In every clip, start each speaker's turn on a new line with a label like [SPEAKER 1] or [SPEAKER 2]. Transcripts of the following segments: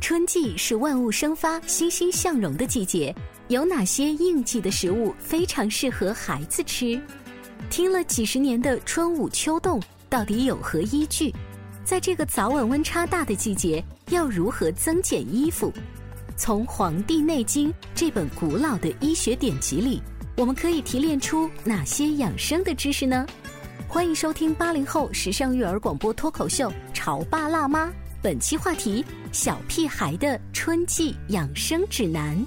[SPEAKER 1] 春季是万物生发、欣欣向荣的季节，有哪些应季的食物非常适合孩子吃？听了几十年的春捂秋冻，到底有何依据？在这个早晚温差大的季节，要如何增减衣服？从《黄帝内经》这本古老的医学典籍里，我们可以提炼出哪些养生的知识呢？欢迎收听八零后时尚育儿广播脱口秀《潮爸辣妈》，本期话题：小屁孩的春季养生指南。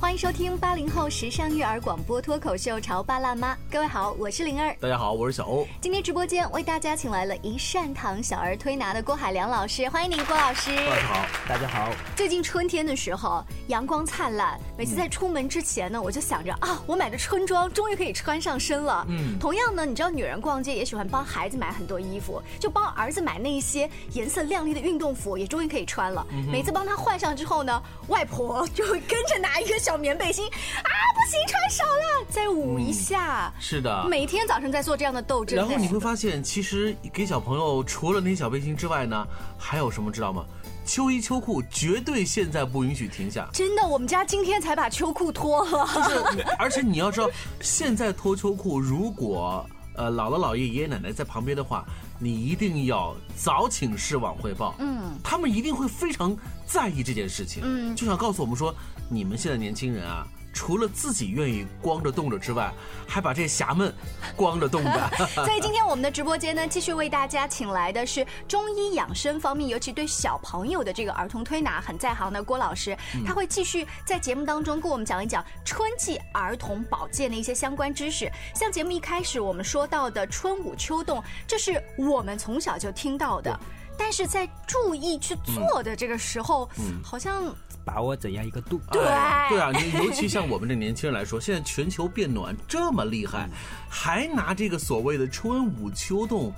[SPEAKER 2] 欢迎收听八零后时尚育儿广播脱口秀《潮爸辣妈》，各位好，我是灵儿。
[SPEAKER 3] 大家好，我是小欧。
[SPEAKER 2] 今天直播间为大家请来了一善堂小儿推拿的郭海良老师，欢迎您，郭老师。
[SPEAKER 3] 好，大家好。
[SPEAKER 2] 最近春天的时候，阳光灿烂，每次在出门之前呢，我就想着啊，我买的春装终于可以穿上身了。
[SPEAKER 3] 嗯
[SPEAKER 2] 同样呢，你知道女人逛街也喜欢帮孩子买很多衣服，就帮儿子买那一些颜色亮丽的运动服，也终于可以穿了。每次帮他换上之后呢，外婆就会跟着拿一个小棉背心，啊，不行，穿少了，再捂一下。
[SPEAKER 4] 是的。
[SPEAKER 2] 每天早上在做这样的斗争。。
[SPEAKER 4] 啊然后你会发现，其实给小朋友除了那些小背心之外呢，还有什么知道吗？秋衣秋裤绝对现在不允许停下
[SPEAKER 2] 真的，我们家今天才把秋裤 脱了。
[SPEAKER 4] 就是你，而且你要知道，现在脱秋裤，如果呃姥姥姥爷爷爷奶奶在旁边的话，你一定要早请示晚汇报。
[SPEAKER 2] 嗯，
[SPEAKER 4] 他们一定会非常在意这件事情。
[SPEAKER 2] 嗯
[SPEAKER 4] 就想告诉我们说，你们现在年轻人啊。除了自己愿意光着冻着之外，还把这侠们光着冻着。
[SPEAKER 2] 所以今天我们的直播间呢，继续为大家请来的是中医养生方面，尤其对小朋友的这个儿童推拿很在行的郭老师，
[SPEAKER 4] 嗯
[SPEAKER 2] 他会继续在节目当中跟我们讲一讲春季儿童保健的一些相关知识。像节目一开始我们说到的春捂秋冻，这是我们从小就听到的。但是在注意去做的这个时候，好像
[SPEAKER 5] 把握怎样一个度？
[SPEAKER 2] 对
[SPEAKER 4] 哎嗯对啊，你尤其像我们这年轻人来说，现在全球变暖这么厉害，还拿这个所谓的春捂秋冻，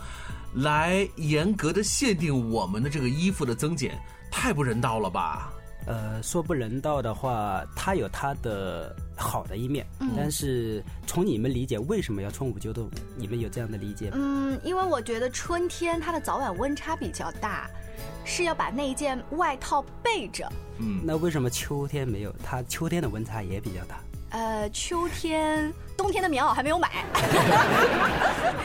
[SPEAKER 4] 来严格的限定我们的这个衣服的增减，太不人道了吧？
[SPEAKER 5] 呃，说不人道的话，它有它的好的一面，但是从你们理解为什么要春捂秋冻，你们有这样的理解吗？
[SPEAKER 2] 嗯，因为我觉得春天它的早晚温差比较大，是要把那一件外套备着。
[SPEAKER 5] 那为什么秋天没有？它秋天的温差也比较大。
[SPEAKER 2] 呃，秋天、冬天的棉袄还没有买。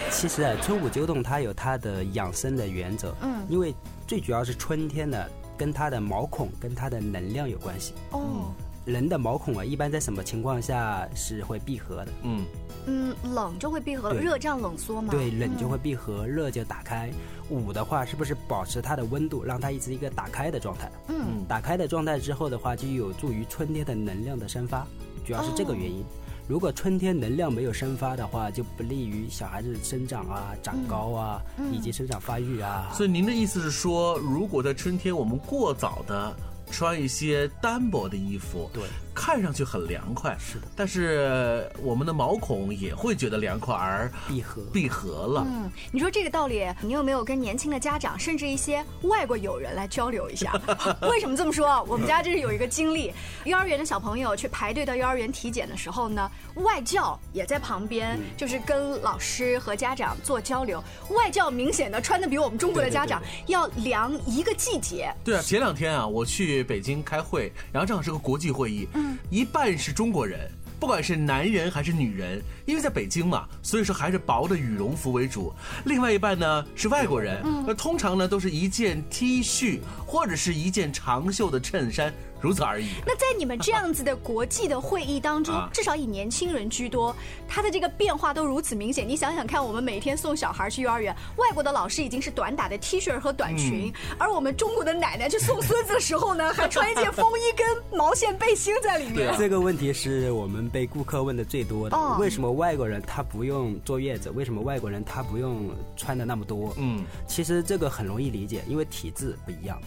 [SPEAKER 5] 其实啊，春捂秋冻它有它的养生的原则，
[SPEAKER 2] 嗯
[SPEAKER 5] 因为最主要是春天呢，跟它的毛孔跟它的能量有关系。
[SPEAKER 2] 哦，
[SPEAKER 5] 人的毛孔啊，一般在什么情况下是会闭合的？
[SPEAKER 4] 嗯，
[SPEAKER 2] 嗯，冷就会闭合了，
[SPEAKER 5] 对
[SPEAKER 2] 热胀冷缩嘛。
[SPEAKER 5] 对，冷就会闭合，热就打开。捂的话，是不是保持它的温度，让它一直一个打开的状态？
[SPEAKER 2] 嗯。
[SPEAKER 5] 打开的状态之后的话，就有助于春天的能量的生发，主要是这个原因。
[SPEAKER 2] 哦
[SPEAKER 5] 如果春天能量没有生发的话，就不利于小孩子生长啊、长
[SPEAKER 2] 嗯
[SPEAKER 5] 高啊，以及生长发育啊。
[SPEAKER 4] 所以您的意思是说，如果在春天我们过早的穿一些单薄的衣服，
[SPEAKER 5] 对，
[SPEAKER 4] 看上去很凉快，
[SPEAKER 5] 是的，
[SPEAKER 4] 但是我们的毛孔也会觉得凉快而
[SPEAKER 5] 闭合
[SPEAKER 4] 闭合了。
[SPEAKER 2] 嗯，你说这个道理，你有没有跟年轻的家长，甚至一些外国友人来交流一下？ 为什么这么说啊？我们家这是有一个经历，幼儿园的小朋友去排队到幼儿园体检的时候呢，外教也在旁边，就是跟老师和家长做交流。外教明显的穿的比我们中国的家长要凉一个季节，
[SPEAKER 4] 对啊，前两天啊，我去去北京开会，然后正好是个国际会议，一半是中国人。不管是男人还是女人，因为在北京嘛，所以说还是薄的羽绒服为主。另外一半呢是外国人，那、通常呢都是一件 T 恤或者是一件长袖的衬衫，如此而已。
[SPEAKER 2] 那在你们这样子的国际的会议当中
[SPEAKER 4] 啊，
[SPEAKER 2] 至少以年轻人居多，他的这个变化都如此明显。你想想看，我们每天送小孩去幼儿园，外国的老师已经是短打的 T 恤和短裙，
[SPEAKER 4] 嗯
[SPEAKER 2] 而我们中国的奶奶去送孙子的时候呢，还穿一件风衣跟毛线背心在里
[SPEAKER 4] 对
[SPEAKER 2] 面
[SPEAKER 4] 啊。
[SPEAKER 5] 这个问题是我们被顾客问的最多的。
[SPEAKER 2] 哦
[SPEAKER 5] 为什么外国人他不用坐月子？为什么外国人他不用穿的那么多？
[SPEAKER 4] 嗯，
[SPEAKER 5] 其实这个很容易理解，因为体质不一样。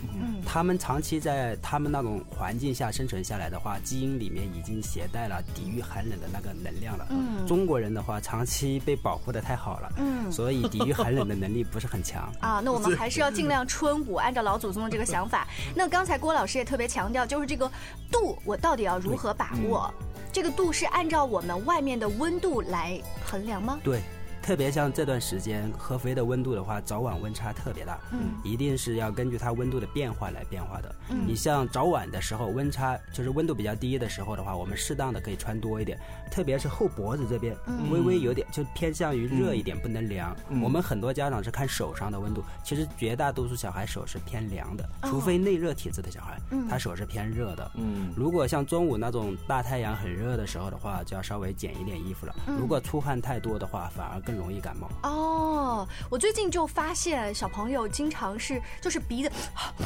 [SPEAKER 5] 他们长期在他们那种环境下生存下来的话，基因里面已经携带了抵御寒冷的那个能量了。中国人的话，长期被保护的太好了，所以抵御寒冷的能力不是很强。
[SPEAKER 2] 啊，那我们还是要尽量春捂，按照老祖宗的这个想法。
[SPEAKER 4] 嗯
[SPEAKER 2] 那刚才郭老师也特别强调，就是这个度，我到底要如何把握？
[SPEAKER 4] 嗯
[SPEAKER 2] 这个度是按照我们外面的温度来衡量吗？
[SPEAKER 5] 对，特别像这段时间合肥的温度的话，早晚温差特别大，
[SPEAKER 2] 嗯，
[SPEAKER 5] 一定是要根据它温度的变化来变化的。
[SPEAKER 2] 嗯
[SPEAKER 5] 你像早晚的时候，温差就是温度比较低的时候的话，我们适当的可以穿多一点，特别是后脖子这边，微微有点就偏向于热一点，不能凉。我们很多家长是看手上的温度，其实绝大多数小孩手是偏凉的，除非内热体质的小孩，他手是偏热的。
[SPEAKER 4] 嗯
[SPEAKER 5] 如果像中午那种大太阳很热的时候的话，就要稍微减一点衣服了。如果出汗太多的话，反而更容易感冒。
[SPEAKER 2] 哦，我最近就发现小朋友经常是就是鼻子，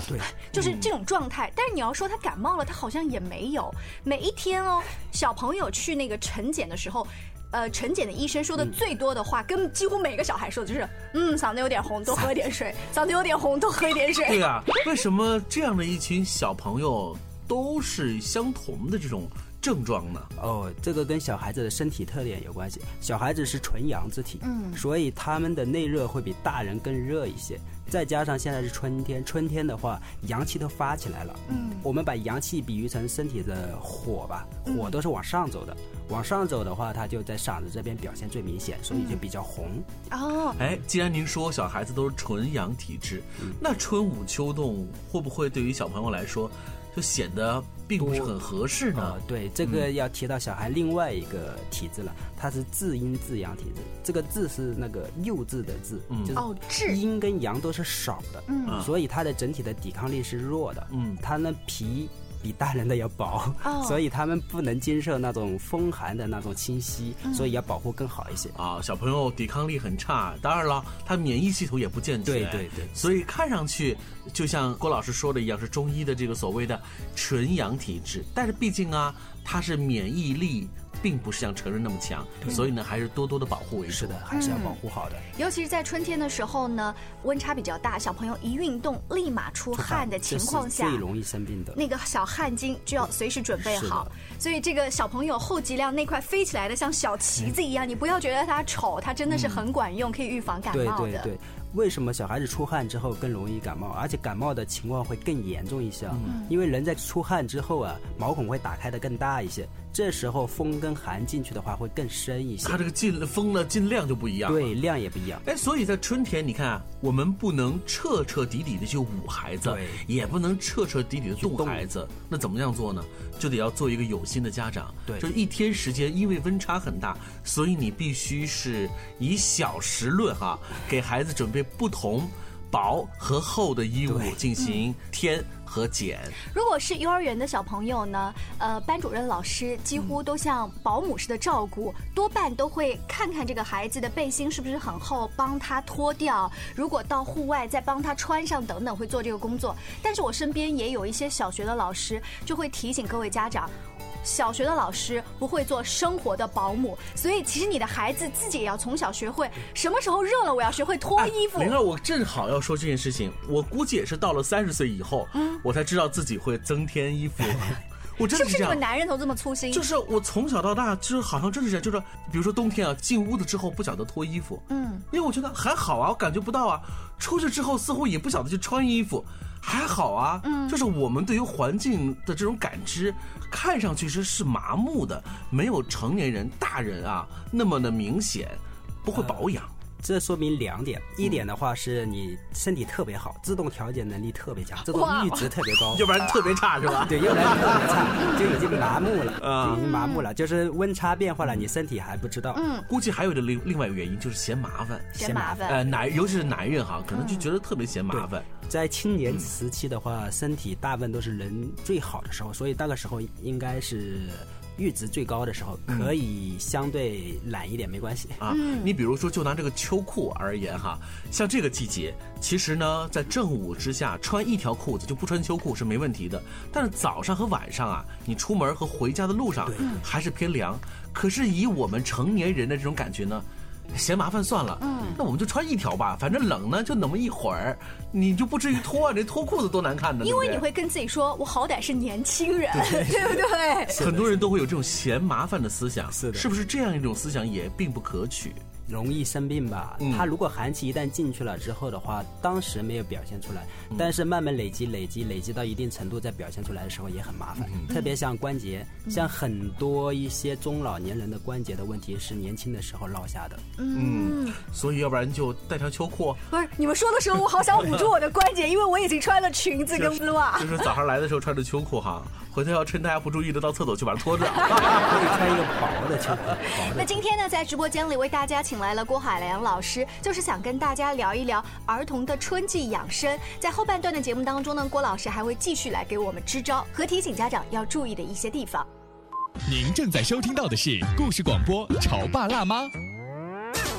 [SPEAKER 5] 对，
[SPEAKER 2] 就是这种状态。但是你要说他感冒了，他好像也没有。每一天哦，小朋友去那个晨检的时候。呃，晨检的医生说的最多的话，跟几乎每个小孩说的就是，嗯，嗓子有点红，多喝一点水；嗓子有点红，多喝一点水
[SPEAKER 4] 对。呀、为什么这样的一群小朋友都是相同的这种症状呢？
[SPEAKER 5] 哦，这个跟小孩子的身体特点有关系。小孩子是纯阳之体，嗯，所以他们的内热会比大人更热一些。再加上现在是春天，春天的话，阳气都发起来了。嗯，我们把阳气比喻成身体的火吧，火都是往上走的，往上走的话，它就在嗓子这边表现最明显，所以就比较红。
[SPEAKER 2] 哦，
[SPEAKER 4] 哎，既然您说小孩子都是纯阳体质，
[SPEAKER 5] 嗯
[SPEAKER 4] 那春捂秋冻会不会对于小朋友来说就显得并不是很合适呢？
[SPEAKER 5] 呃，对，这个要提到小孩另外一个体质了，它是至阴至阳体质。这个至是那个幼稚的稚，
[SPEAKER 2] 哦
[SPEAKER 5] 就
[SPEAKER 2] 至
[SPEAKER 5] 是阴跟阳都是少的，
[SPEAKER 2] 嗯
[SPEAKER 5] 所以它的整体的抵抗力是弱的，
[SPEAKER 4] 嗯
[SPEAKER 5] 它呢皮。比大人的要薄，
[SPEAKER 2] 哦
[SPEAKER 5] 所以他们不能经受那种风寒的那种侵袭，
[SPEAKER 2] 嗯
[SPEAKER 5] 所以要保护更好一些。
[SPEAKER 4] 啊，小朋友抵抗力很差，当然了，他免疫系统也不健全，
[SPEAKER 5] 对对对
[SPEAKER 4] 所以看上去就像郭老师说的一样，是中医的这个所谓的纯阳体质，但是毕竟啊，他是免疫力并不是像成人那么强，所以呢，还是多多的保护为主。
[SPEAKER 5] 是的，，还
[SPEAKER 2] 嗯
[SPEAKER 5] 是要保护好的。
[SPEAKER 2] 尤其是在春天的时候呢，温差比较大，小朋友一运动立马出汗的情况下，
[SPEAKER 5] 这是最容易生病的。
[SPEAKER 2] 那个小汗巾就要随时准备好。所以这个小朋友后脊梁那块飞起来的像小旗子一样，你不要觉得它丑，它真的是很管用，可以预防感
[SPEAKER 5] 对
[SPEAKER 2] 冒
[SPEAKER 5] 嗯对
[SPEAKER 2] 的。
[SPEAKER 5] 对，为什么小孩子出汗之后更容易感冒，而且感冒的情况会更严重一些啊？
[SPEAKER 2] 嗯
[SPEAKER 5] 因为人在出汗之后啊，毛孔会打开的更大一些，这时候风跟寒进去的话会更深一些
[SPEAKER 4] 他，这个进风的进量就啊不一样，
[SPEAKER 5] 对，量也不一样。
[SPEAKER 4] 哎，所以在春天，你看啊，我们不能彻彻底底的去捂孩子
[SPEAKER 5] 对，
[SPEAKER 4] 也不能彻彻底底的
[SPEAKER 5] 去
[SPEAKER 4] 冻
[SPEAKER 5] 冻
[SPEAKER 4] 孩子，那怎么样做呢？就得要做一个有心的家长，
[SPEAKER 5] 对
[SPEAKER 4] 就是一天时间，因为温差很大，所以你必须是以小时论哈、 给孩子准备不同薄和厚的衣物
[SPEAKER 5] 对嗯
[SPEAKER 4] 进行添和减。
[SPEAKER 2] 如果是幼儿园的小朋友呢，呃，班主任老师几乎都像保姆似的照顾，多半都会看看这个孩子的背心是不是很厚，帮他脱掉。如果到户外再帮他穿上等等，会做这个工作。但是我身边也有一些小学的老师就会提醒各位家长。小学的老师不会做生活的保姆，所以其实你的孩子自己也要从小学会，什么时候热了我要学会脱衣服。
[SPEAKER 4] 哎玲儿，我正好要说这件事情，我估计也是到了三十岁以后，
[SPEAKER 5] 嗯
[SPEAKER 4] 我才知道自己会增添衣服。啊 我真的
[SPEAKER 2] 是不
[SPEAKER 4] 是这
[SPEAKER 2] 是你
[SPEAKER 4] 样
[SPEAKER 2] 们。男人都这么粗心？
[SPEAKER 4] 就是我从小到大，就是好像真是这样，就是比如说冬天啊，进屋子之后不晓得脱衣服，
[SPEAKER 2] 嗯，
[SPEAKER 4] 因为我觉得还好啊，我感觉不到啊，出去之后似乎也不晓得去穿衣服，还好啊，嗯，就是我们对于环境的这种感知，看上去是是麻木的，没有成年人大人啊那么的明显，不会保养，
[SPEAKER 5] 这说明两点，一点的话是你身体特别好，自动调节能力特别强，自动
[SPEAKER 2] 哇哦
[SPEAKER 5] 阈值特别高，
[SPEAKER 4] 嗯要不然特别差是吧？
[SPEAKER 5] 对，又来特别差，就已经麻木了，
[SPEAKER 4] 啊
[SPEAKER 5] 就已经麻木了，就是温差变化了，你身体还不知道。
[SPEAKER 2] 嗯，
[SPEAKER 4] 估计还有的另另外一个原因就是嫌麻烦。
[SPEAKER 2] 嫌麻烦。嗯
[SPEAKER 4] 呃，男尤其是男人哈，可能就觉得特别嫌麻烦。
[SPEAKER 5] 在青年时期的话，身体大部分都是人最好的时候，所以那个时候应该是阈值最高的时候，可以相对懒一点没关系。
[SPEAKER 4] 啊，
[SPEAKER 2] 嗯
[SPEAKER 4] 你比如说，就拿这个秋裤而言哈，像这个季节，其实呢，在正午之下穿一条裤子就不穿秋裤是没问题的。但是早上和晚上啊，你出门和回家的路上还是偏凉。可是以我们成年人的这种感觉呢，嫌麻烦算了，
[SPEAKER 2] 嗯
[SPEAKER 4] 那我们就穿一条吧，反正冷呢就那么一会儿，你就不至于脱啊，这脱裤子多难看呢。
[SPEAKER 2] 因为
[SPEAKER 4] 对不对
[SPEAKER 2] 你会跟自己说，我好歹是年轻人， 对不对？
[SPEAKER 4] 很多人都会有这种嫌麻烦的思想，
[SPEAKER 5] 是的
[SPEAKER 4] 是不是这样一种思想也并不可取？
[SPEAKER 5] 容易生病吧。
[SPEAKER 4] 嗯
[SPEAKER 5] 他如果寒气一旦进去了之后的话，当时没有表现出来，但是慢慢累积、累积、累积到一定程度，再表现出来的时候也很麻烦。特别像关节，像很多一些中老年人的关节的问题是年轻的时候落下的。
[SPEAKER 4] 嗯，所以要不然就带条秋裤，
[SPEAKER 2] 不是你们说的时候，我好想捂住我的关节，因为我已经穿了裙子跟袜
[SPEAKER 4] 就。是早上来的时候穿着秋裤哈，回头要趁大家不注意的到厕所去把它脱掉。
[SPEAKER 5] 可以穿一个薄的秋裤，薄
[SPEAKER 2] 那
[SPEAKER 5] 的。
[SPEAKER 2] 今天呢，在直播间里为大家请来了郭海良老师，就是想跟大家聊一聊儿童的春季养生。在后半段的节目当中呢，郭老师还会继续来给我们支招和提醒家长要注意的一些地方。
[SPEAKER 6] 您正在收听到的是故事广播《潮爸辣妈》。
[SPEAKER 1] 《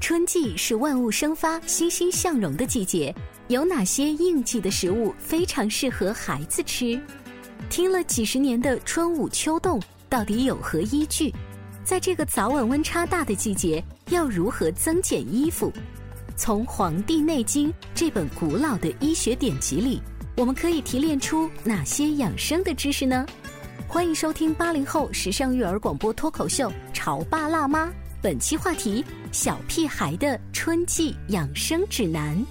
[SPEAKER 1] 春季是万物生发、欣欣向荣的季节，有哪些应季的食物非常适合孩子吃？听了几十年的春捂秋冻，到底有何依据？在这个早晚温差大的季节，要如何增减衣服？从《黄帝内经》这本古老的医学典籍里，我们可以提炼出哪些养生的知识呢？欢迎收听八零后时尚育儿广播脱口秀《潮爸辣妈》，本期话题：小屁孩的春季养生指南。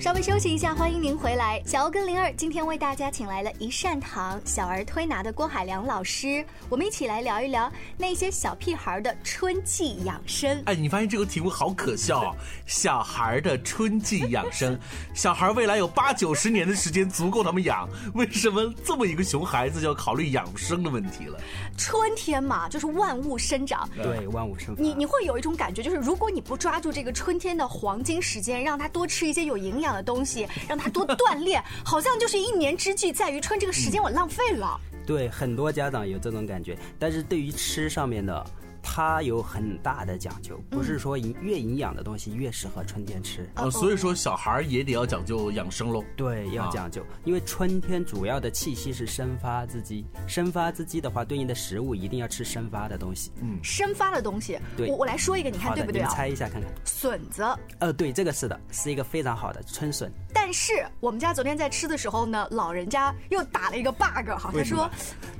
[SPEAKER 2] 稍微休息一下，欢迎您回来。小欧跟灵儿今天为大家请来了一善堂小儿推拿的郭海良老师，我们一起来聊一聊那些小屁孩儿的春季养生。
[SPEAKER 4] 哎，你发现这个题目好可笑啊！小孩儿的春季养生，小孩儿未来有八九十年的时间足够他们养，为什么这么一个熊孩子就要考虑养生的问题了？
[SPEAKER 2] 春天嘛，就是万物生长。
[SPEAKER 5] 对，万物生发。
[SPEAKER 2] 你你会有一种感觉，就是如果你不抓住这个春天的黄金时间，让他多吃一些有营养的东西，让他多锻炼，好像就是一年之计在于春，这个时间我浪费了。
[SPEAKER 5] 对，很多家长有这种感觉，但是对于吃上面的，它有很大的讲究，不是说营越营养的东西越适合春天吃。
[SPEAKER 2] 哦
[SPEAKER 4] 呃，所以说小孩儿也得要讲究养生喽。
[SPEAKER 5] 对，要
[SPEAKER 4] 啊
[SPEAKER 5] 讲究，因为春天主要的气息是生发之机，生发之机的话，对应的食物一定要吃生发的东西。
[SPEAKER 2] 生发的东西，
[SPEAKER 5] 对
[SPEAKER 2] 我我来说一个，你看
[SPEAKER 5] 好
[SPEAKER 2] 对
[SPEAKER 5] 的，
[SPEAKER 2] 不
[SPEAKER 5] 你
[SPEAKER 2] 对
[SPEAKER 5] 们
[SPEAKER 2] 啊？
[SPEAKER 5] 猜一下看看。
[SPEAKER 2] 笋子，
[SPEAKER 5] 呃，对，这个是的，是一个非常好的春笋。
[SPEAKER 2] 但是我们家昨天在吃的时候呢，老人家又打了一个 bug，好，他说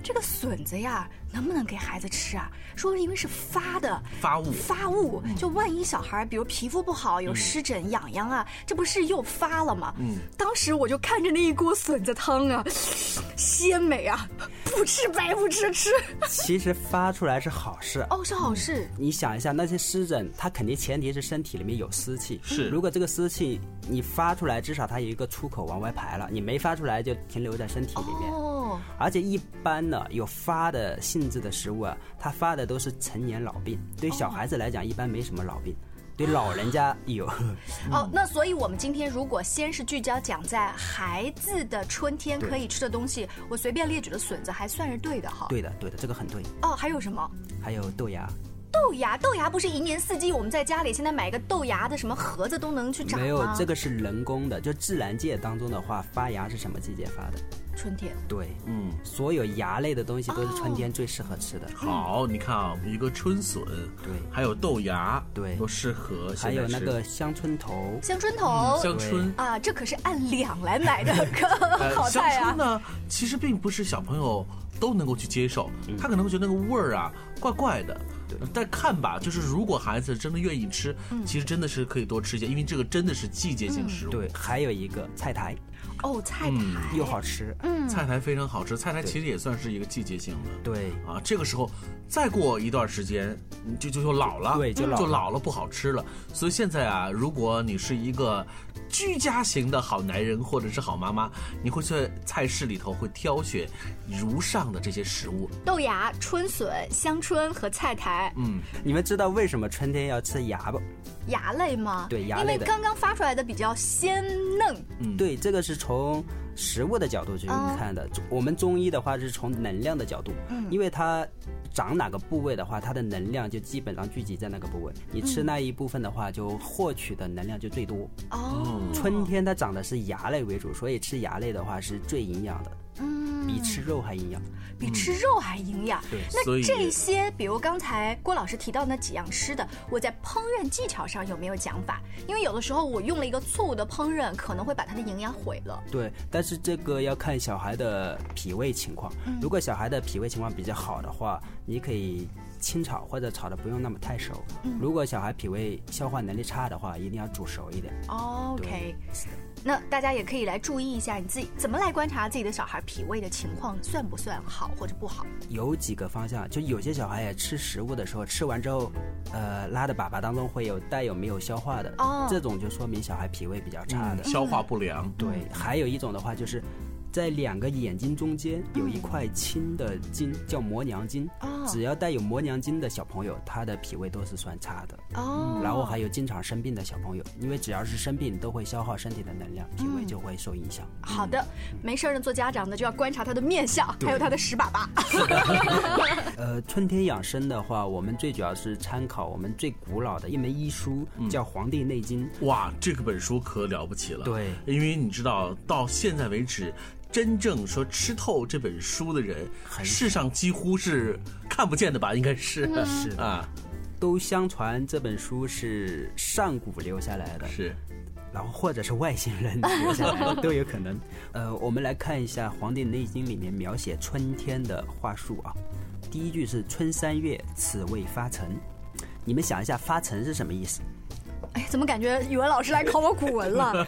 [SPEAKER 2] 这个笋子呀，能不能给孩子吃啊？说因为是发的
[SPEAKER 4] 发物
[SPEAKER 2] 发物，嗯就万一小孩儿比如皮肤不好有湿疹、痒痒啊，这不是又发了吗？嗯，当时我就看着那一锅笋子汤啊，鲜美啊， 不吃白不吃吃。
[SPEAKER 5] 其实发出来是好事，啊
[SPEAKER 2] 哦，是好事，
[SPEAKER 5] 你想一下，那些湿疹，它肯定前提是身体里面有湿气。
[SPEAKER 4] 是
[SPEAKER 5] 如果这个湿气你发出来，至少它有一个出口往外排了，你没发出来就停留在身体里面。
[SPEAKER 2] 哦，
[SPEAKER 5] 而且一般呢，有发的性质的食物啊，它发的都是成年老病，对小孩子来讲一般没什么老病。对老人家有。嗯
[SPEAKER 2] 哦，那所以我们今天如果先是聚焦讲在孩子的春天可以吃的东西，我随便列举的笋子还算是对的哈。
[SPEAKER 5] 对的，对的，这个很对。
[SPEAKER 2] 哦，还有什么？
[SPEAKER 5] 还有豆芽，
[SPEAKER 2] 豆芽，豆芽不是一年四季我们在家里现在买个豆芽的什么盒子都能去长吗？
[SPEAKER 5] 没有这个是人工的，就自然界当中的话，发芽是什么季节发的？
[SPEAKER 2] 春天。
[SPEAKER 5] 对，
[SPEAKER 4] 嗯，
[SPEAKER 5] 所有芽类的东西都是春天最适合吃的。
[SPEAKER 2] 嗯
[SPEAKER 4] 好，你看啊，一个春笋，
[SPEAKER 5] 嗯对
[SPEAKER 4] 还有豆芽，
[SPEAKER 5] 对
[SPEAKER 4] 都适合现在
[SPEAKER 5] 还有那
[SPEAKER 4] 吃
[SPEAKER 5] 个香椿头，
[SPEAKER 2] 香椿头、
[SPEAKER 5] 嗯
[SPEAKER 4] 香椿。
[SPEAKER 2] 啊，这可是按两来买 的
[SPEAKER 4] 呃
[SPEAKER 2] 好
[SPEAKER 4] 香
[SPEAKER 2] 菜啊
[SPEAKER 4] 椿！呢，其实并不是小朋友都能够去接受，他可能会觉得那个味儿啊怪怪的。呃但看吧，就是如果孩子真的愿意吃，
[SPEAKER 2] 嗯
[SPEAKER 4] 其实真的是可以多吃一些，因为这个真的是季节性食物。
[SPEAKER 5] 对，还有一个菜苔，
[SPEAKER 2] 哦，菜
[SPEAKER 5] 嗯
[SPEAKER 2] 苔
[SPEAKER 5] 又好吃。
[SPEAKER 2] 嗯
[SPEAKER 4] 菜苔非常好吃，菜苔其实也算是一个季节性的。
[SPEAKER 5] 对，
[SPEAKER 4] 啊，这个时候再过一段时间，你就就就老了，
[SPEAKER 5] 对就老了
[SPEAKER 4] 不好吃了。所以现在啊，如果你是一个居家型的好男人或者是好妈妈，你会在菜市里头会挑选如上的这些食物。
[SPEAKER 2] 豆芽、春笋、香椿和菜苔，
[SPEAKER 4] 嗯
[SPEAKER 5] 你们知道为什么春天要吃芽不？
[SPEAKER 2] 芽类吗？
[SPEAKER 5] 嗯对芽
[SPEAKER 2] 因
[SPEAKER 5] 类
[SPEAKER 2] 为
[SPEAKER 5] 的
[SPEAKER 2] 刚刚发出来的比较鲜嫩。
[SPEAKER 5] 对，这个是从食物的角度去
[SPEAKER 2] 啊
[SPEAKER 5] 看的。中我们中医的话是从能量的角度，
[SPEAKER 2] 嗯
[SPEAKER 5] 因为它长哪个部位的话，它的能量就基本上聚集在那个部位。你吃那一部分的话，就获取的能量就最多。
[SPEAKER 2] 嗯哦，
[SPEAKER 5] 嗯春天它长的是芽类为主，所以吃芽类的话是最营养的，
[SPEAKER 2] 嗯，
[SPEAKER 5] 比吃肉还营养。
[SPEAKER 2] 比吃肉还营养。
[SPEAKER 5] 对
[SPEAKER 4] 嗯所
[SPEAKER 2] 那
[SPEAKER 4] 以
[SPEAKER 2] 这些，比如刚才郭老师提到那几样吃的，我在烹饪技巧上有没有讲法？因为有的时候我用了一个错误的烹饪，可能会把它的营养毁了。
[SPEAKER 5] 对，但是这个要看小孩的脾胃情况。如果小孩的脾胃情况比较好的话，你可以清炒或者炒的不用那么太熟。如果小孩脾胃消化能力差的话，一定要煮熟一点。
[SPEAKER 2] OK，那大家也可以来注意一下你自己怎么来观察自己的小孩脾胃的情况，算不算好或者不好？
[SPEAKER 5] 有几个方向，就有些小孩也吃食物的时候，吃完之后，呃，拉的粑粑当中会有带有没有消化的，
[SPEAKER 2] 哦
[SPEAKER 5] 这种就说明小孩脾胃比较差的。
[SPEAKER 4] 嗯消化不良，
[SPEAKER 5] 对，
[SPEAKER 2] 嗯
[SPEAKER 5] 还有一种的话就是，在两个眼睛中间有一块青的筋，叫磨娘筋。
[SPEAKER 2] 哦
[SPEAKER 5] 只要带有磨娘筋的小朋友，他的脾胃都是算差的。
[SPEAKER 2] 哦
[SPEAKER 5] 然后还有经常生病的小朋友，因为只要是生病，都会消耗身体的能量，脾胃就会受 影响。
[SPEAKER 2] 好的，
[SPEAKER 4] 嗯
[SPEAKER 2] 没事儿呢，做家长的就要观察他的面相，还有他的屎粑粑。
[SPEAKER 5] 呃，春天养生的话，我们最主要是参考我们最古老的一门医书，
[SPEAKER 2] 嗯
[SPEAKER 5] 叫《黄帝内经》。
[SPEAKER 4] 哇，这个本书可了不起了。
[SPEAKER 5] 对
[SPEAKER 4] 因为你知道，到现在为止，真正说吃透这本书的人，世上几乎是看不见的吧？应该是
[SPEAKER 2] 嗯
[SPEAKER 5] 是 的
[SPEAKER 4] 啊，
[SPEAKER 5] 都相传这本书是上古留下来的，
[SPEAKER 4] 是
[SPEAKER 5] 然后或者是外星人留下来的都有可能。呃，我们来看一下《黄帝内经》里面描写春天的话术啊。第一句是“春三月，此谓发陈”。你们想一下，发陈是什么意思？
[SPEAKER 2] 哎，怎么感觉语文老师来考我古文 了？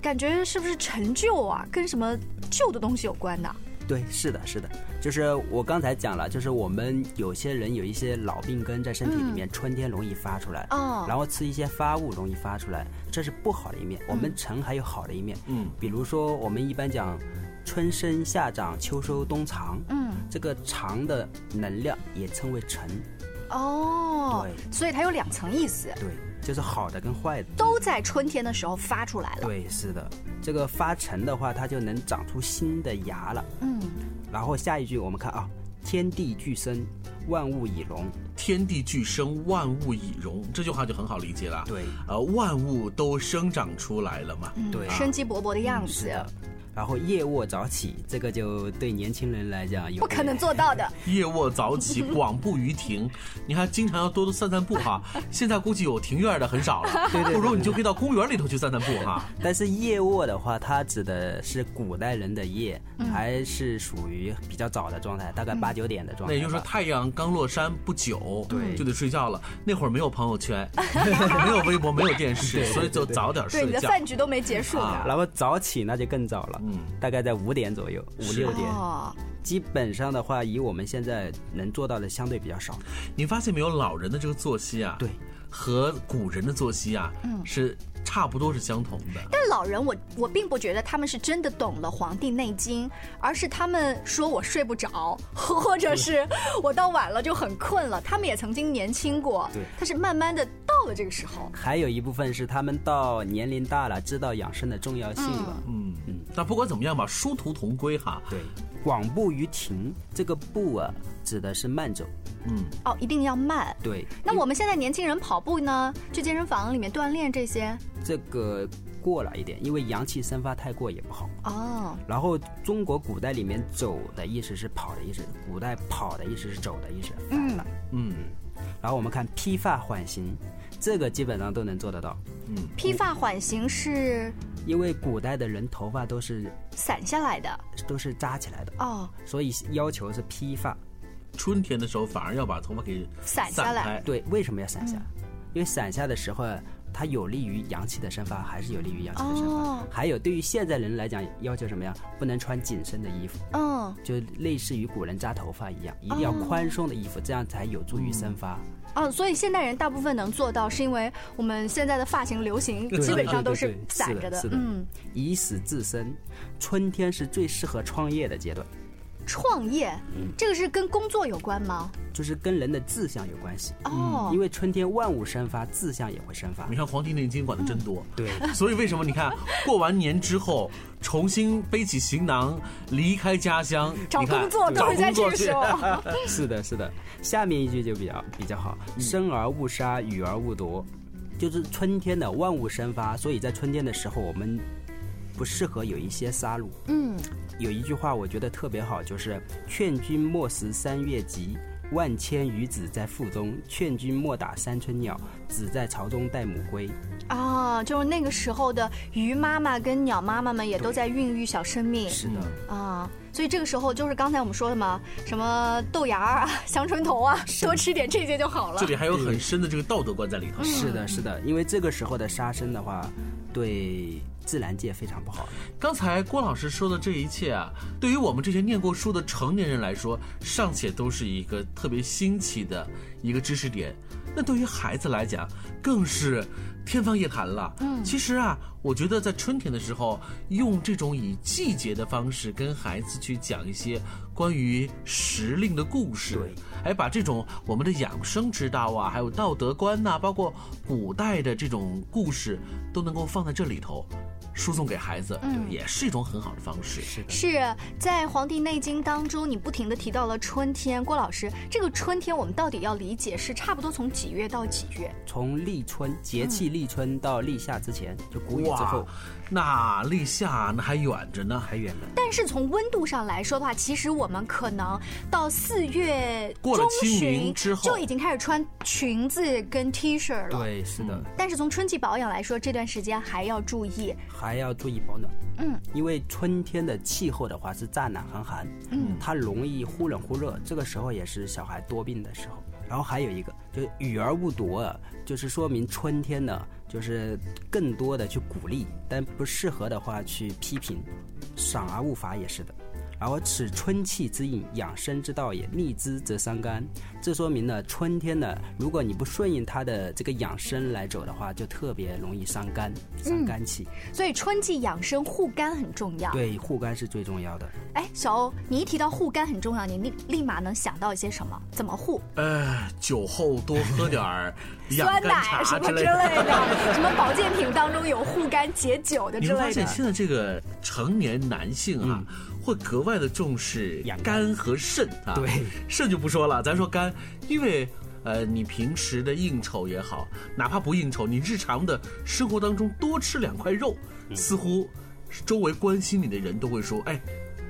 [SPEAKER 2] 感觉是不是陈旧啊？跟什么旧的东西有关呢？
[SPEAKER 5] 对，是的，是的，就是我刚才讲了，就是我们有些人有一些老病根在身体里面，春天容易发出来，
[SPEAKER 2] 嗯哦
[SPEAKER 5] 然后吃一些发物容易发出来，这是不好的一面。我
[SPEAKER 2] 嗯
[SPEAKER 5] 们陈还有好的一面，
[SPEAKER 4] 嗯，
[SPEAKER 5] 比如说我们一般讲春生夏长秋收冬藏，
[SPEAKER 2] 嗯，
[SPEAKER 5] 这个藏的能量也称为陈，
[SPEAKER 2] 哦，
[SPEAKER 5] 对
[SPEAKER 2] 所以它有两层意思，
[SPEAKER 5] 对，就是好的跟坏的。
[SPEAKER 2] 都在春天的时候发出来了。
[SPEAKER 5] 对，是的，这个发陈的话，它就能长出新的芽了。
[SPEAKER 2] 嗯，
[SPEAKER 5] 然后下一句我们看啊，天地俱生，万物以荣。
[SPEAKER 4] 天地俱生，万物以荣，这句话就很好理解了。
[SPEAKER 5] 对，嗯
[SPEAKER 4] 呃，万物都生长出来了嘛。
[SPEAKER 5] 对啊
[SPEAKER 2] 生机勃勃的样
[SPEAKER 5] 嗯是
[SPEAKER 2] 子，
[SPEAKER 5] 的。然后夜卧早起，这个就对年轻人来讲有
[SPEAKER 2] 不可能
[SPEAKER 5] 点
[SPEAKER 2] 做到的。
[SPEAKER 4] 夜卧早起，广步于庭，你还经常要多多散散步哈。 现在估计有庭院的很少了，
[SPEAKER 5] 对对
[SPEAKER 4] 不如你
[SPEAKER 5] 对
[SPEAKER 4] 就可以到公园里头去散散步哈。
[SPEAKER 5] 但是夜卧的话，它指的是古代人的夜，
[SPEAKER 2] 嗯
[SPEAKER 5] 还是属于比较早的状态，大概八九点的状
[SPEAKER 4] 那也
[SPEAKER 5] 态吧。
[SPEAKER 4] 就是说，太阳刚落山不久，
[SPEAKER 5] 对
[SPEAKER 4] 就得睡觉了。那会儿没有朋友 圈，没有微博，没有电视，所以就早点
[SPEAKER 2] 对，
[SPEAKER 4] 睡
[SPEAKER 2] 你的
[SPEAKER 4] 觉。
[SPEAKER 2] 饭局都没结束
[SPEAKER 4] 啊
[SPEAKER 2] 呢。
[SPEAKER 5] 然后早起那就更早了，
[SPEAKER 4] 嗯
[SPEAKER 5] 大概在五点左右，五
[SPEAKER 4] 是
[SPEAKER 5] 六点。
[SPEAKER 2] 哦，
[SPEAKER 5] 基本上的话，以我们现在能做到的相对比较少。
[SPEAKER 4] 你发现没有，老人的这个作息啊，
[SPEAKER 5] 对，嗯
[SPEAKER 4] 和古人的作息啊，是差不多是相同的。
[SPEAKER 2] 但老人我我并不觉得他们是真的懂了《黄帝内经》，而是他们说我睡不着， 或者是我到晚了就很困了。他们也曾经年轻过
[SPEAKER 5] 对，
[SPEAKER 2] 但是慢慢的到了这个时候。
[SPEAKER 5] 还有一部分是他们到年龄大了，知道养生的重要性了。
[SPEAKER 4] 嗯嗯。但不管怎么样吧，殊途同归哈。
[SPEAKER 5] 对，广步于庭，这个步啊，指的是慢走。
[SPEAKER 4] 嗯，
[SPEAKER 2] 哦，一定要慢。
[SPEAKER 5] 对，
[SPEAKER 2] 那我们现在年轻人跑步呢，去健身房里面锻炼这些。
[SPEAKER 5] 这个过了一点，因为阳气生发太过也不好。
[SPEAKER 2] 哦，
[SPEAKER 5] 然后中国古代里面“走”的意思是跑的意思，古代跑的意思是走的意思。
[SPEAKER 2] 嗯，
[SPEAKER 4] 嗯，
[SPEAKER 5] 然后我们看披发缓行，这个基本上都能做得到，
[SPEAKER 2] 披发缓行是
[SPEAKER 5] 因为古代的人头发都是
[SPEAKER 2] 散下来的。
[SPEAKER 5] 都是扎起来的，
[SPEAKER 2] 哦，
[SPEAKER 5] 所以要求是披发。
[SPEAKER 4] 春天的时候反而要把头发给
[SPEAKER 2] 散下
[SPEAKER 4] 散
[SPEAKER 2] 来
[SPEAKER 4] 开。
[SPEAKER 5] 对，为什么要散下？
[SPEAKER 2] 嗯
[SPEAKER 5] 因为散下的时候，它有利于阳气的生发，还是有利于阳气的生发。
[SPEAKER 2] 哦
[SPEAKER 5] 还有对于现在人来讲，要求什么呀？不能穿紧身的衣服，
[SPEAKER 2] 嗯，
[SPEAKER 5] 就类似于古人扎头发一样，一定要宽松的衣服，这样才有助于生发。
[SPEAKER 2] 哦，所以现代人大部分能做到，是因为我们现在的发型流行基本上都
[SPEAKER 5] 对
[SPEAKER 2] 是
[SPEAKER 5] 对对
[SPEAKER 2] 散着
[SPEAKER 5] 是的，是的
[SPEAKER 2] 嗯，
[SPEAKER 5] 以死自身，春天是最适合创业的阶段，
[SPEAKER 2] 创业，
[SPEAKER 5] 嗯
[SPEAKER 2] 这个是跟工作有关吗？
[SPEAKER 5] 就是跟人的志向有关系。
[SPEAKER 2] 哦
[SPEAKER 5] 嗯因，为春天万物生发，志向也会生发
[SPEAKER 4] 你。看《黄帝内经》管的真多，
[SPEAKER 5] 嗯对，
[SPEAKER 4] 所以为什么你看过完年之后，重新背起行囊离开家乡，
[SPEAKER 2] 找
[SPEAKER 4] 你看
[SPEAKER 2] 工作
[SPEAKER 4] 找
[SPEAKER 2] 都是在
[SPEAKER 4] 工
[SPEAKER 2] 这
[SPEAKER 4] 作
[SPEAKER 2] 个
[SPEAKER 4] 去
[SPEAKER 2] 时候。
[SPEAKER 5] 是的，是的。下面一句就比较比较好，生而勿杀，予而勿夺，就是春天的万物生发，所以在春天的时候，我们不适合有一些杀戮。
[SPEAKER 2] 嗯，
[SPEAKER 5] 有一句话我觉得特别好，就是“劝君莫食三月急，万千余子在腹中；劝君莫打三春鸟，子在巢中待母归。
[SPEAKER 2] 啊，就是那个时候的鱼妈妈跟鸟妈妈们也都在孕育小生命”
[SPEAKER 5] 是的，
[SPEAKER 2] 啊，所以这个时候就是刚才我们说的嘛，什么豆芽儿啊、香椿头啊，多吃点这些就好了
[SPEAKER 4] 这。里还有很深的这个道德观在里
[SPEAKER 2] 嗯
[SPEAKER 4] 头。
[SPEAKER 5] 是的，是的。因为这个时候的杀生的话，对自然界非常不好。
[SPEAKER 4] 刚才郭老师说的这一切啊，对于我们这些念过书的成年人来说，尚且都是一个特别新奇的一个知识点。那对于孩子来讲，更是天方夜谭了。嗯，其实啊，我觉得在春天的时候，用这种以季节的方式跟孩子去讲一些关于时令的故事，
[SPEAKER 5] 对
[SPEAKER 4] 哎，把这种我们的养生之道啊，还有道德观呐、包括古代的这种故事，都能够放在这里头，输送给孩子，也是一种很好的方式。是的，
[SPEAKER 2] 是在《黄帝内经》当中，你不停的提到了春天。郭老师，这个春天我们到底要理解是差不多从几月到几月？
[SPEAKER 5] 从立春节气立春到立夏之前，就谷雨之后
[SPEAKER 4] 哇，那立夏那还远着呢。
[SPEAKER 5] 还远的。
[SPEAKER 2] 但是从温度上来说的话，其实我们可能到四月
[SPEAKER 4] 过了
[SPEAKER 2] 中
[SPEAKER 4] 清明
[SPEAKER 2] 旬
[SPEAKER 4] 之后
[SPEAKER 2] 就已经开始穿裙子跟 T 恤了。。
[SPEAKER 5] 对，是的，
[SPEAKER 2] 但是从春季保养来说，这段时间还要注意。
[SPEAKER 5] 还要注意保暖。
[SPEAKER 2] 嗯，
[SPEAKER 5] 因为春天的气候的话是乍暖还寒，嗯，它容易忽冷忽热，这个时候也是小孩多病的时候。然后还有一个就是予而勿夺啊，就是说明春天呢，就是更多的去鼓励，但不适合的话去批评，赏而勿罚也是的。然后此春气之应，养生之道也，逆之则伤肝。这说明呢，春天呢，如果你不顺应它的这个养生来走的话，就特别容易伤肝，伤肝气。
[SPEAKER 2] 所以春季养生护肝很重要。。
[SPEAKER 5] 对，护肝是最重要的。
[SPEAKER 2] 哎，小欧，你一提到护肝很重要，你立立马能想到一些什么？怎么护？
[SPEAKER 4] 呃，酒后多喝点儿养
[SPEAKER 2] 酸
[SPEAKER 4] 肝
[SPEAKER 2] 奶
[SPEAKER 4] 茶
[SPEAKER 2] 什么
[SPEAKER 4] 之
[SPEAKER 2] 之类
[SPEAKER 4] 类的。
[SPEAKER 2] 的，什么保健品当中有护肝解酒的
[SPEAKER 4] 你
[SPEAKER 2] 之
[SPEAKER 4] 会发
[SPEAKER 2] 类的
[SPEAKER 4] 现。现在这个成年男性啊，会格外的重视
[SPEAKER 5] 养肝
[SPEAKER 4] 肝和肾啊。
[SPEAKER 5] 对，
[SPEAKER 4] 肾就不说了，咱说肝，因为。呃，你平时的应酬也好，哪怕不应酬，你日常的生活当中多吃两块肉，似乎周围关心你的人都会说，哎，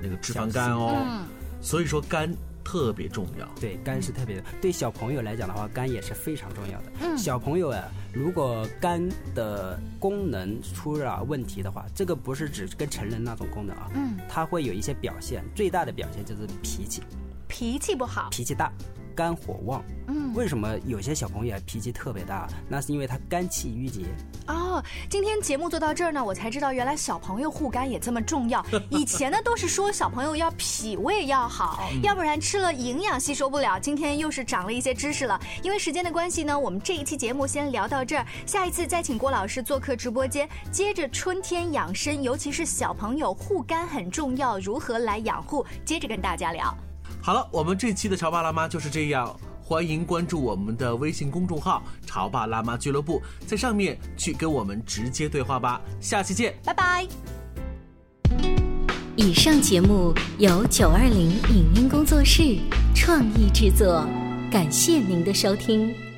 [SPEAKER 4] 那个脂肪肝哦，
[SPEAKER 2] 嗯
[SPEAKER 4] 所以说肝特别重要。
[SPEAKER 5] 对，肝是特别的。对小朋友来讲的话，肝也是非常重要的。小朋友啊，如果肝的功能出了问题的话，这个不是只跟成人那种功能啊，嗯，它会有一些表现，最大的表现就是脾气，
[SPEAKER 2] 脾气不好，
[SPEAKER 5] 脾气大，肝火旺。嗯，为什么有些小朋友啊脾气特别大？那是因为他肝气郁结。
[SPEAKER 2] 哦，今天节目做到这儿呢，我才知道原来小朋友护肝也这么重 要。以前呢都是说小朋友要脾胃要好，
[SPEAKER 4] 嗯
[SPEAKER 2] 要不然吃了营养吸收不了。今天又是长了一些知识了。因为时间的关系呢，我们这一期节目先聊到这儿，下一次再请郭老师做客直播间，接着春天养生，尤其是小朋友护肝很重要，如何来养护，接着跟大家聊。
[SPEAKER 4] 好了，我们这期的潮爸辣妈就是这样。欢迎关注我们的微信公众号“潮爸辣妈俱乐部”，在上面去跟我们直接对话吧。下期见。
[SPEAKER 2] 拜拜。
[SPEAKER 1] 以上节目由九二零影音工作室创意制作，感谢您的收听。